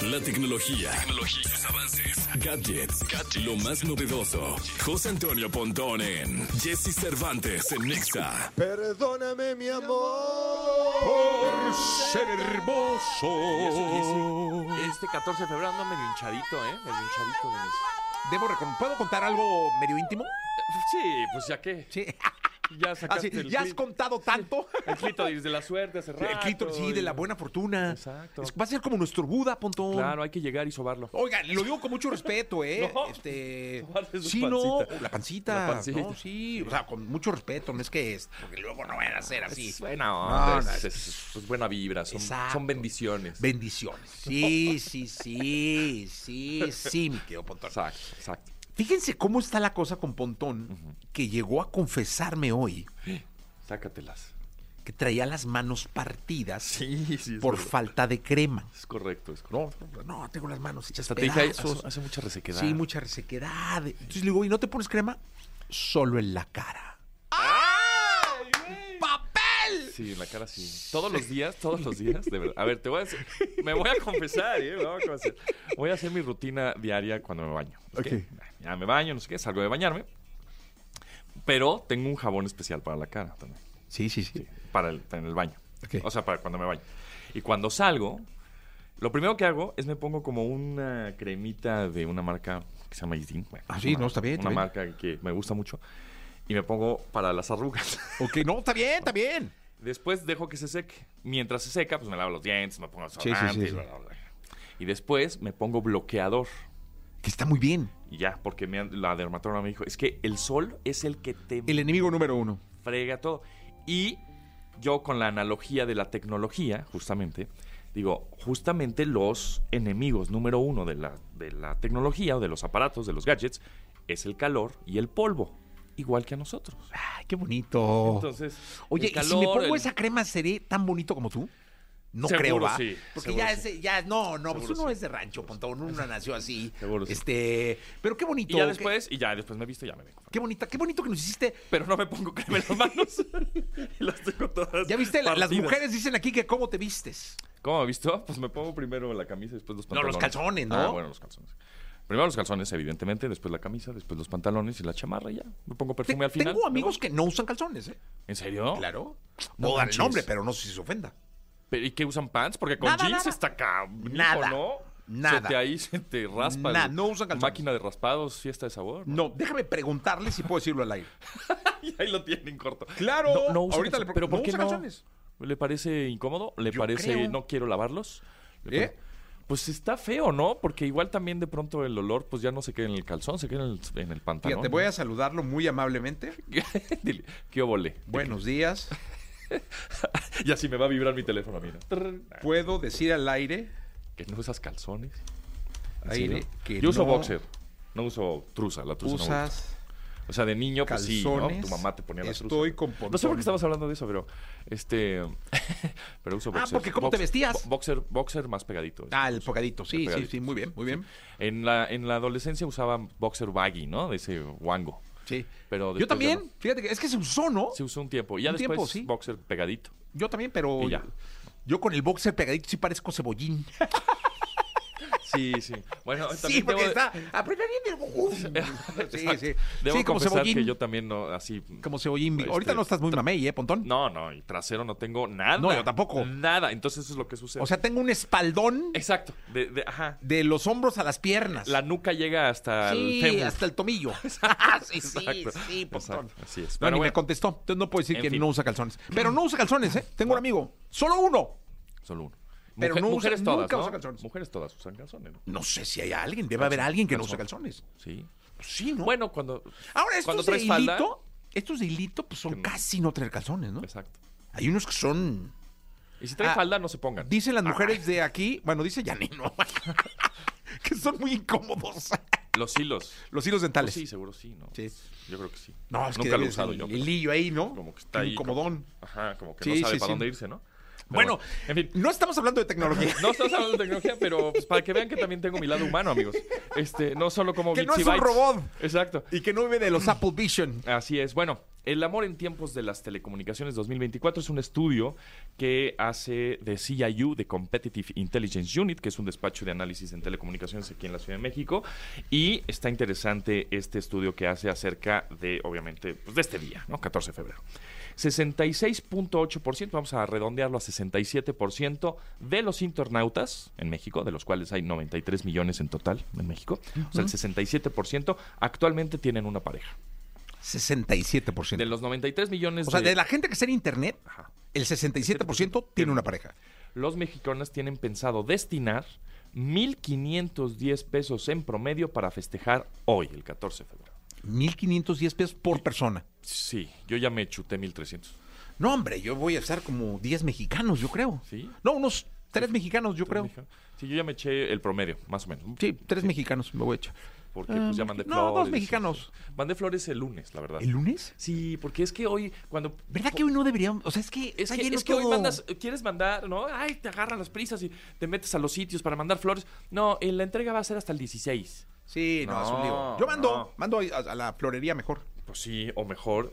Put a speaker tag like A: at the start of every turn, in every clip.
A: La tecnología. Tecnología. Avances. Gadgets. Gadgets. Lo más novedoso. José Antonio Pontón en Jesse Cervantes en Nexa.
B: Perdóname, mi amor. Por ser
C: Oh,
B: hermoso.
D: Este 14 de febrero ando medio hinchadito, ¿eh? Medio hinchadito. Denis.
C: Debo recon- ¿Puedo contar algo medio íntimo?
D: Sí, pues ya qué.
C: Sí.
D: Ya sacaste
C: Así,
D: el
C: ya has
D: clí-
C: contado tanto.
D: El clítoris de la suerte hace rato.
C: El clítoris, sí, de la
D: y-
C: buena fortuna.
D: Exacto.
C: Es- va a ser como nuestro Buda, Pontón.
D: Claro, hay que llegar y sobarlo.
C: Oigan, lo digo con mucho respeto, ¿eh?
D: No.
C: Este,
D: Guarde su
C: sí, no,
D: pancita.
C: la pancita.
D: La pancita.
C: No, sí, o sea, con mucho respeto, no es que es, porque luego no van a ser así.
D: Es buena onda,
C: pues No, no,
D: es, es- es buena vibra, son,
C: Exacto.
D: son bendiciones.
C: Bendiciones. Sí, sí, sí, sí, sí, mi querido Pontón.
D: exacto, exacto.
C: Fíjense cómo está la cosa con Pontón, que llegó a confesarme hoy
D: Sácatelas.
C: que traía las manos partidas
D: Sí, sí.
C: por falta de crema.
D: Es correcto, es correcto.
C: No, no, tengo las manos hechas
D: Hasta te dije,
C: pedazos.
D: hace- hace mucha resequedad.
C: Sí, mucha resequedad. Entonces le digo, ¿y no te pones crema? Solo en la cara. ¡Papel!
D: Sí, en la cara sí. Todos los días, todos los días, de verdad. A ver, te voy a hacer- me voy a confesar, ¿eh? Me voy a confesar. Voy a hacer mi rutina diaria cuando me baño. ¿ok? Ya me baño, no sé qué, salgo de bañarme. Pero tengo un jabón especial para la cara también.
C: Sí, sí, sí.
D: para el, en el baño.
C: Ok.
D: O sea, para cuando me baño. Y cuando salgo, lo primero que hago es me pongo como una cremita de una marca que se llama Isdin. Bueno,
C: Ah,
D: es
C: sí,
D: una-
C: no, está bien, está
D: Una marca que me gusta mucho. Y me pongo para las arrugas.
C: Ok, no, está bien, está bien.
D: Después dejo que se seque. Mientras se seca, pues me lavo los dientes, me pongo
C: sí,
D: desodorante.
C: sí.
D: bla, bla, bla. Y después me pongo bloqueador.
C: Que está muy bien.
D: Y ya, porque me han- la dermatóloga me dijo, es que el sol es el que te
C: El enemigo número uno.
D: frega todo. Y yo con la analogía de la tecnología, justamente, digo, justamente los enemigos número uno de la, de la tecnología o de los aparatos, de los gadgets, es el calor y el polvo, igual que a nosotros.
C: Ay, qué bonito.
D: Entonces,
C: Oh. Oye,
D: el
C: ¿y si me
D: calor,
C: pongo
D: el-
C: esa crema seré tan bonito como tú? No
D: Seguro
C: creo, ¿va?
D: sí,
C: Porque
D: seguro
C: ya
D: sí.
C: es, ya no, no, pues
D: Seguro
C: uno
D: sí.
C: es de rancho, Pontón, uno nació así.
D: Seguro sí.
C: Este, pero qué bonito.
D: Y ya
C: qué-
D: después, y ya después me he visto, ya me vengo.
C: Qué bonita, qué bonito que nos hiciste.
D: Pero no me pongo crema en las manos. y las tengo todas
C: Ya viste, la- las
D: partidas.
C: mujeres dicen aquí que cómo te vistes.
D: ¿Cómo me he visto? Pues me pongo primero la camisa, después los
C: No,
D: pantalones.
C: los calzones, ¿no?
D: Ah, bueno, los calzones. Primero los calzones, evidentemente, después la camisa, después los pantalones y la chamarra y ya. Me pongo
C: Te-
D: perfume al final.
C: tengo amigos que no usan calzones, ¿eh?
D: ¿En serio?
C: Claro.
D: No
C: No dan
D: manches.
C: el nombre, pero no sé si se ofenda.
D: ¿Pero ¿Y qué usan pants? Porque con
C: Nada,
D: jeans
C: nada.
D: está cabrón,
C: Nada,
D: ¿no?
C: nada.
D: Se te ahí se te raspa. el-
C: Nada, no usan calzones.
D: Máquina de raspados, fiesta de sabor.
C: No, déjame preguntarle si puedo decirlo al aire.
D: y ahí lo tienen corto.
C: Claro.
D: No, no usa
C: Ahorita
D: calzones.
C: le pro-
D: ¿Pero
C: no
D: por qué
C: usa
D: no?
C: calzones.
D: ¿Le parece incómodo? ¿Le
C: Yo
D: parece
C: creo.
D: no quiero lavarlos? ¿Le
C: ¿Eh?
D: pare- Pues está feo, ¿no? Porque igual también de pronto el olor pues ya no se queda en el calzón, se queda en el, en el pantalón.
C: Fíjate, voy a saludarlo muy amablemente.
D: Dile, ¿qué obole?
C: Buenos días.
D: Y así me va a vibrar mi teléfono, mira.
C: ¿Puedo decir al aire?
D: Que no usas calzones. ¿En
C: Aire,
D: serio?
C: que
D: Yo uso
C: no
D: boxer. No uso trusa, la trusa no me gusta.
C: Usas
D: O sea, de niño, pues sí, ¿no?
C: calzones.
D: Tu mamá te ponía la trusa.
C: Estoy con pontón.
D: No sé por qué estamos hablando de eso, pero este pero uso
C: Ah,
D: boxer.
C: porque ¿cómo te
D: Box-
C: vestías?
D: bo- Boxer, boxer más pegadito. es.
C: Ah, el pocadito. Sí, sí,
D: pegadito.
C: sí, muy bien, muy bien.
D: En la en la adolescencia usaba boxer baggy, ¿no? De ese wango.
C: Sí.
D: Pero
C: Yo
D: después ya
C: también, fíjate que es que se usó, ¿no?
D: no. Se usó un tiempo y ya
C: Un
D: después
C: tiempo, sí.
D: boxer pegadito.
C: Yo también, pero
D: Y ya.
C: yo con el boxer pegadito sí parezco cebollín.
D: Sí, sí. Bueno,
C: Sí,
D: también
C: porque
D: debo-
C: está aprieta bien el- Sí, sí.
D: Debo
C: sí, como
D: confesar
C: cebollín.
D: que yo también no así
C: Como cebollín.
D: Este,
C: Ahorita no estás muy mamey, ¿eh, Pontón?
D: No, no, y trasero no tengo nada.
C: No, yo tampoco.
D: Nada, entonces eso es lo que sucede.
C: O sea, tengo un espaldón
D: exacto, de, de- ajá.
C: de los hombros a las piernas.
D: La nuca llega hasta
C: sí,
D: el fémur.
C: hasta el tomillo. Ah, sí, sí,
D: Exacto,
C: sí, Pontón.
D: exacto, así es.
C: No,
D: Pero
C: ni
D: bueno.
C: me contestó. Entonces no puedo decir
D: En
C: que
D: fin.
C: no usa calzones. Pero no usa calzones, ¿eh? Tengo un amigo. Solo uno.
D: Solo uno.
C: Pero no usa-
D: mujeres
C: nunca
D: todas, ¿no?
C: usa calzones.
D: Mujeres todas usan calzones. ¿no?
C: No sé si hay alguien. Debe haber alguien que no usa calzones. Pues
D: Sí.
C: Sí, ¿no?
D: Bueno, cuando
C: Ahora, estos
D: cuando
C: de
D: traes falda-
C: hilito, estos de hilito, pues son
D: Que no. Pues
C: casi no traer calzones, ¿no?
D: Exacto.
C: Hay unos que son.
D: Y si traen
C: Ah,
D: falda no se pongan.
C: Dicen las mujeres de aquí, bueno, dice Yanino, que son muy incómodos.
D: Los hilos.
C: Los hilos dentales.
D: Pues Sí, seguro sí, ¿no?
C: Sí.
D: Yo creo que sí.
C: No, es que
D: Nunca lo
C: debe
D: he usado
C: ser
D: yo.
C: el
D: pero
C: hilillo ahí, ¿no?
D: Como que está
C: Qué
D: ahí.
C: incomodón.
D: como- Ajá, como que
C: Sí,
D: no sabe
C: sí,
D: para
C: sí.
D: dónde irse, ¿no? Pero
C: Bueno,
D: en fin.
C: no estamos hablando de tecnología.
D: No estamos hablando de tecnología, pero pues, para que vean que también tengo mi lado humano, amigos. Este, no solo como
C: Que no
D: Bitsy
C: es un
D: Bytes.
C: robot.
D: Exacto.
C: Y que no vive de los Apple Vision.
D: Así es. Bueno, El amor en tiempos de las telecomunicaciones 2024 es un estudio que hace de CIU, de Competitive Intelligence Unit, que es un despacho de análisis en telecomunicaciones aquí en la Ciudad de México. Y está interesante este estudio que hace acerca de, obviamente, pues de este día, ¿no? 14 de febrero. 66.8%, vamos a redondearlo a 67% de los internautas en México, de los cuales hay 93 millones en total en México. O sea, el 67% actualmente tienen una pareja.
C: 67%.
D: De los 93 millones
C: o sea, de la gente que está en internet, el 67% tiene una pareja.
D: los mexicanos tienen pensado destinar 1.510 pesos en promedio para festejar hoy, el 14 de febrero.
C: 1.510 pesos por persona.
D: Sí, yo ya me chuté 1.300.
C: No, hombre, yo voy a estar como 10 mexicanos, yo creo.
D: ¿Sí?
C: No, unos 3 mexicanos, yo creo.
D: Sí, yo ya me eché el promedio, más o menos.
C: Sí, 3 mexicanos me voy a echar.
D: Porque pues, ya mandé
C: no,
D: flores.
C: dos mexicanos.
D: Mandé flores el lunes, la verdad.
C: ¿El lunes?
D: Sí, porque es que hoy, cuando.
C: ¿Verdad que hoy no deberíamos? O sea, es que
D: Es
C: está
D: que,
C: lleno
D: es que hoy
C: todo.
D: mandas, quieres mandar, ¿no? Ay, te agarran las prisas y te metes a los sitios para mandar flores. No, eh, la entrega va a ser hasta el 16.
C: Sí, no, es un lío.
D: No,
C: Yo mando,
D: no.
C: mando a, a la florería mejor.
D: Pues sí, o mejor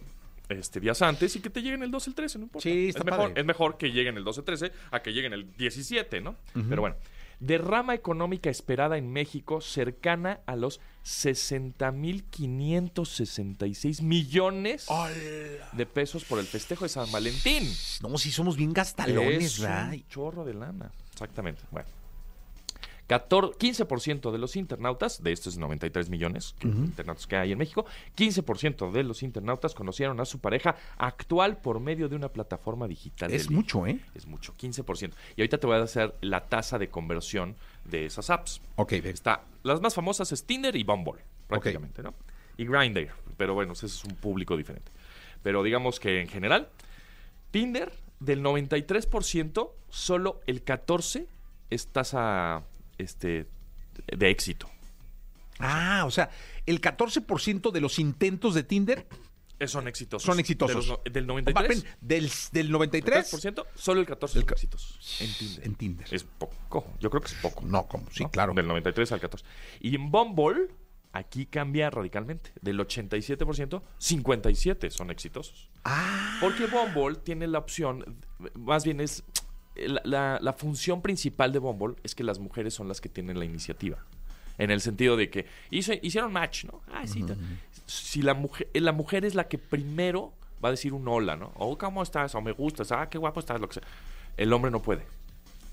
D: este días antes y que te lleguen el 12, el 13, no importa.
C: Sí, está
D: es, mejor,
C: padre.
D: es mejor que lleguen el 12, 13 a que lleguen el 17, ¿no? Pero bueno, derrama económica esperada en México cercana a los 60.566 millones de pesos por el festejo de San Valentín.
C: No, si somos bien gastalones,
D: Es un
C: ¿verdad?
D: chorro de lana. Exactamente. Bueno. 14 15% de los internautas, de estos 93 millones de internautas que hay en México, 15% de los internautas conocieron a su pareja actual por medio de una plataforma digital. de
C: Es
D: ligue.
C: mucho, ¿eh?
D: Es mucho, 15%. Y ahorita te voy a hacer la tasa de conversión de esas apps.
C: Ok, ve.
D: Está, las más famosas es Tinder y Bumble, prácticamente, ¿no? Y Grindr, pero bueno, ese es un público diferente. Pero digamos que en general, Tinder, del 93%, solo el 14% es tasa este, de éxito.
C: Ah, o sea, el 14% de los intentos de Tinder
D: Eh, Son exitosos.
C: son exitosos.
D: De los no- del
C: Va, ven,
D: 93%,
C: Del, del 93.
D: 3%, solo el 14% son
C: El ca-
D: exitosos en Tinder.
C: en Tinder.
D: Es poco, yo creo que es poco.
C: No, como, sí,
D: ¿no?
C: claro.
D: Del 93 al 14. Y en Bumble, aquí cambia radicalmente. Del 87%, 57 son exitosos.
C: Ah,
D: Porque Bumble tiene la opción, más bien es, la, la- la función principal de Bumble es que las mujeres son las que tienen la iniciativa. En el sentido de que hizo- hicieron match, ¿no? Ah, sí. ta- Si la mujer, la mujer es la que primero va a decir un hola, ¿no? O cómo estás, o me gustas, ah, qué guapo estás, lo que sea. El hombre no puede.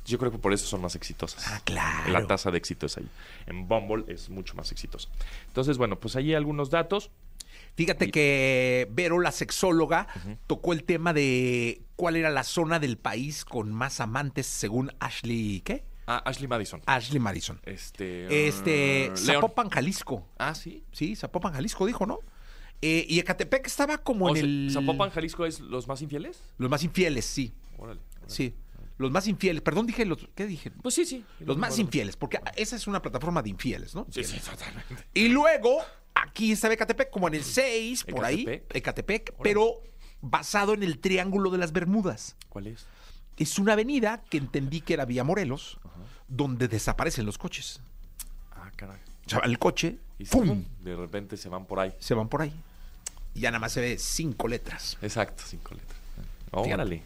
D: Yo creo que por eso son más exitosas.
C: Ah, claro.
D: La tasa de éxito es ahí. En Bumble es mucho más exitosa. Entonces, bueno, pues ahí algunos datos.
C: fíjate que Vero, la sexóloga, tocó el tema de cuál era la zona del país con más amantes según Ashley, ¿qué?
D: Ah, Ashley Madison.
C: Ashley Madison.
D: Este.
C: Este,
D: uh, León.
C: Zapopan, Jalisco.
D: Ah, sí.
C: Sí, Zapopan, Jalisco, dijo, ¿no? Eh, y Ecatepec estaba como
D: O
C: en
D: sea,
C: el...
D: Oh, ¿Zapopan, Jalisco es los más infieles?
C: Los más infieles, sí.
D: Órale. órale.
C: Sí. Los más infieles. Perdón, dije los... ¿Qué dije?
D: Pues sí, sí.
C: Los más infieles, porque esa es una plataforma de infieles, ¿no?
D: Sí, sí, totalmente.
C: Y luego, aquí está Ecatepec, como en el 6, por ahí,
D: Ecatepec.
C: Ecatepec, pero basado en el Triángulo de las Bermudas.
D: ¿Cuál es?
C: Es una avenida que entendí que era Vía Morelos, donde desaparecen los coches.
D: Ah, caray.
C: O sea, el coche,
D: Y se-
C: ¡pum!
D: De repente se van por ahí.
C: Se van por ahí. Y ya nada más se ve cinco letras.
D: Exacto, cinco letras.
C: Fíjate.
D: Órale.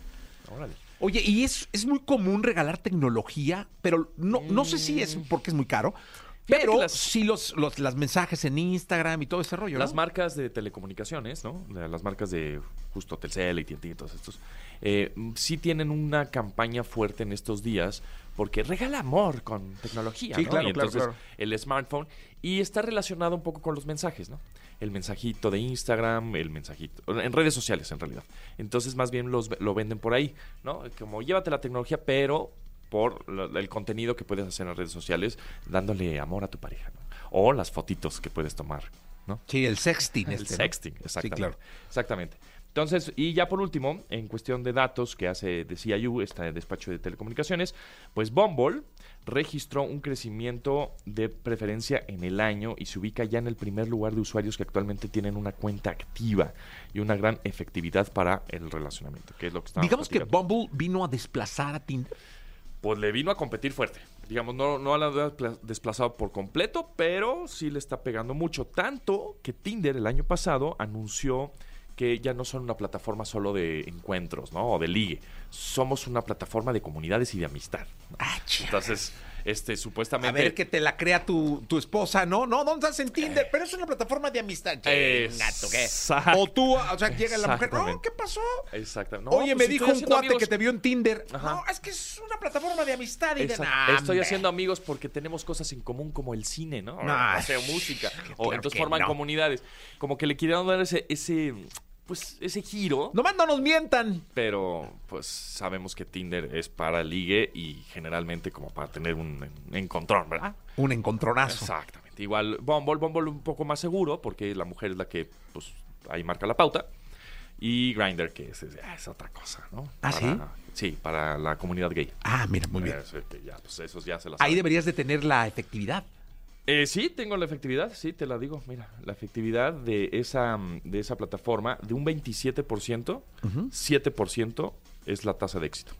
D: Órale.
C: Oye, y es, es muy común regalar tecnología, pero no, no sé si es porque es muy caro,
D: Mm. Fíjate
C: pero
D: que las-
C: sí los, los las mensajes en Instagram y todo ese rollo.
D: Las
C: ¿no?
D: marcas de telecomunicaciones, ¿no? La- Las marcas de justo Telcel, AT&T y todos estos, eh, mm, sí tienen una campaña fuerte en estos días porque regala amor con tecnología,
C: Sí,
D: ¿no?
C: claro,
D: Y
C: claro,
D: entonces,
C: claro.
D: el smartphone y está relacionado un poco con los mensajes, ¿no? El mensajito de Instagram, el mensajito en redes sociales en realidad. Entonces, más bien los lo venden por ahí, ¿no? Como llévate la tecnología, pero por la- el contenido que puedes hacer en redes sociales dándole amor a tu pareja, ¿no? O las fotitos que puedes tomar, ¿no?
C: Sí, el sexting.
D: El
C: este, ¿no?
D: sexting, exactamente.
C: claro.
D: Exactamente. Entonces, y ya por último, en cuestión de datos que hace de CIU, este despacho de telecomunicaciones, pues Bumble registró un crecimiento de preferencia en el año y se ubica ya en el primer lugar de usuarios que actualmente tienen una cuenta activa y una gran efectividad para el relacionamiento, que es lo que estábamos
C: Digamos que
D: platicando
C: Bumble vino a desplazar a Tinder.
D: pues le vino a competir fuerte. Digamos, no, no la ha despla- desplazado por completo, pero sí le está pegando mucho. Tanto que Tinder el año pasado anunció que ya no son una plataforma solo de encuentros, ¿no? O de ligue. Somos una plataforma de comunidades y de amistad. ¿no?
C: Ah, chido.
D: Entonces, este,
C: A
D: supuestamente.
C: ver que te la crea tu, tu esposa, ¿no? No, ¿dónde estás en Tinder? Pero es una plataforma de amistad. Chinga, ¿tú qué?
D: Exact-
C: O tú, o sea, llega la mujer, no,
D: Exactamente.
C: ¿qué pasó?
D: Exactamente. No,
C: Oye,
D: pues
C: me
D: si
C: dijo
D: estoy
C: un
D: haciendo
C: cuate
D: amigos-
C: que te vio en Tinder.
D: Ajá.
C: No, es que es una plataforma de amistad y de
D: Exacto.
C: nada.
D: Estoy haciendo amigos porque tenemos cosas en común como el cine, ¿no?
C: No,
D: o sea, música. O
C: claro que
D: entonces forman
C: no.
D: comunidades. Como que le quisieron dar ese, ese, pues, ese giro.
C: Nomás no nos mientan.
D: Pero, pues, sabemos que Tinder es para ligue y generalmente como para tener un encontrón, ¿verdad?
C: Un encontronazo.
D: Exactamente. Igual Bumble, Bumble un poco más seguro porque la mujer es la que, pues, ahí marca la pauta. Y Grindr, que es, es- es otra cosa, ¿no?
C: ¿Ah, sí?
D: Sí, para la comunidad gay.
C: Ah, mira, muy bien.
D: Es que ya, pues, esos ya se las
C: Ahí deberías de tener la efectividad.
D: Eh, sí, tengo la efectividad, sí, te la digo. Mira, la efectividad de esa, mm, de esa plataforma, de un 27%, 7% es la tasa de éxito.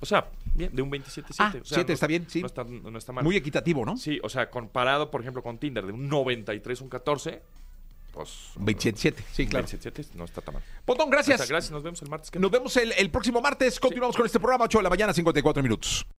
D: O sea, bien, de un 27,
C: Ah,
D: 7. o sea,
C: siete, está bien, sí.
D: No está, no está mal.
C: Muy equitativo, ¿no?
D: Sí, o sea, comparado, por ejemplo, con Tinder, de un 93, un 14, pues...
C: 27, sí, claro.
D: 27 no está tan mal.
C: Potón,
D: O sea,
C: gracias.
D: gracias, nos vemos el martes. que
C: Nos vemos el, el próximo martes. Continuamos con este programa, 8 de la mañana, 54 minutos.